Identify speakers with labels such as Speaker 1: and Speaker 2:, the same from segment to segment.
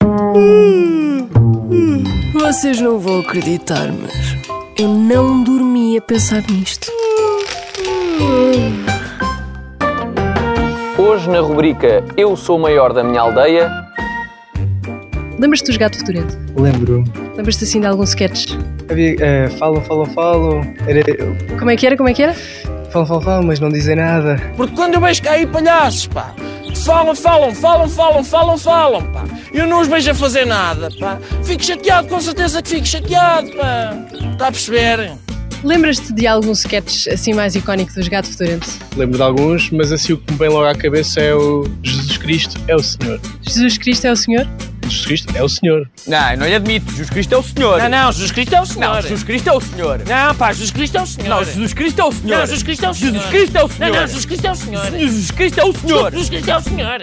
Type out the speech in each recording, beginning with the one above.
Speaker 1: Hum, Vocês não vão acreditar, mas eu não dormi a pensar nisto.
Speaker 2: Hoje na rubrica Eu sou o maior da minha aldeia,
Speaker 3: Lembras-te dos Gato Futurento?
Speaker 4: Lembro.
Speaker 3: Lembras-te assim de algum sketch?
Speaker 4: Havia, eh, falo, falo, falo. Era, eu,
Speaker 3: Como é que era? Como é que era?
Speaker 4: falo, falo, falo, mas não dizem nada.
Speaker 5: Porque quando eu vejo cair palhaços, pá, que falam, falam, falam, falam, falam, falam, pá, e eu não os vejo a fazer nada, pá, fico chateado, com certeza que fico chateado, pá. Está a perceber?
Speaker 3: Lembras-te de algum sketch assim mais icónico dos Gato Futurento?
Speaker 6: Lembro de alguns, mas assim o que me vem logo à cabeça é o Jesus Cristo é o Senhor.
Speaker 3: Jesus Cristo é o Senhor?
Speaker 6: Jesus Cristo é o Senhor.
Speaker 7: Não, não lhe admito. Jesus Cristo é o Senhor.
Speaker 5: Não, não, Jesus Cristo é o Senhor.
Speaker 7: Não, Jesus Cristo é o Senhor.
Speaker 5: Não, pá, Jesus Cristo é o Senhor.
Speaker 7: Não, Jesus Cristo é o Senhor.
Speaker 5: Não, Jesus Cristo é o Senhor.
Speaker 7: Jesus Cristo é o
Speaker 5: Não,
Speaker 7: Senhor.
Speaker 5: não, Jesus Cristo é o Senhor.
Speaker 7: Jesus Cristo é o Senhor.
Speaker 5: Jesus Cristo é o Senhor.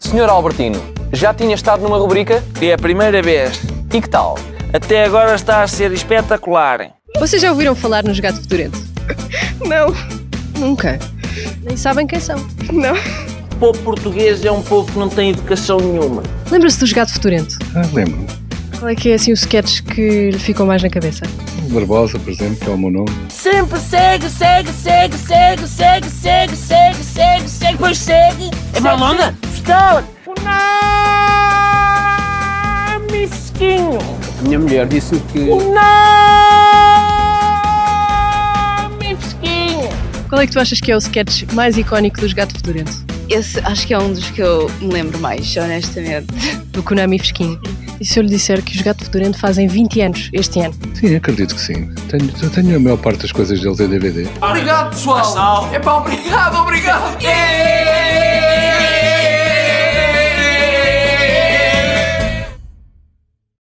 Speaker 2: Sr. Albertino, já tinha estado numa rubrica?
Speaker 5: É a primeira vez.
Speaker 2: E que tal?
Speaker 5: Até agora está a ser espetacular.
Speaker 3: Vocês já ouviram falar nos Gato Futurento? Não. Nunca. Nem sabem quem são. Não.
Speaker 5: O povo português é um povo que não tem educação nenhuma.
Speaker 3: Lembra-se dos Gato Futurento?
Speaker 8: Ah, lembro.
Speaker 3: Qual é que é assim o sketch que lhe ficou mais na cabeça?
Speaker 8: Barbosa, por exemplo, que é o meu nome.
Speaker 5: Sempre segue, segue, segue, segue, segue, segue, segue, segue, segue, pois segue. É para longa? Pistola. Nami Fisquinho.
Speaker 7: A minha mulher disse-me que
Speaker 5: Nami Fisquinho.
Speaker 3: Qual é que tu achas que é o sketch mais icónico dos Gato Futurento?
Speaker 9: Esse acho que é um dos que eu me lembro mais, honestamente.
Speaker 3: Do Konami Fresquinho. E se eu lhe disser que os Gato Futurento fazem 20 anos este ano?
Speaker 8: Sim, acredito que sim. Tenho, eu tenho a maior parte das coisas deles em DVD.
Speaker 5: Obrigado, pessoal. É para obrigado, obrigado.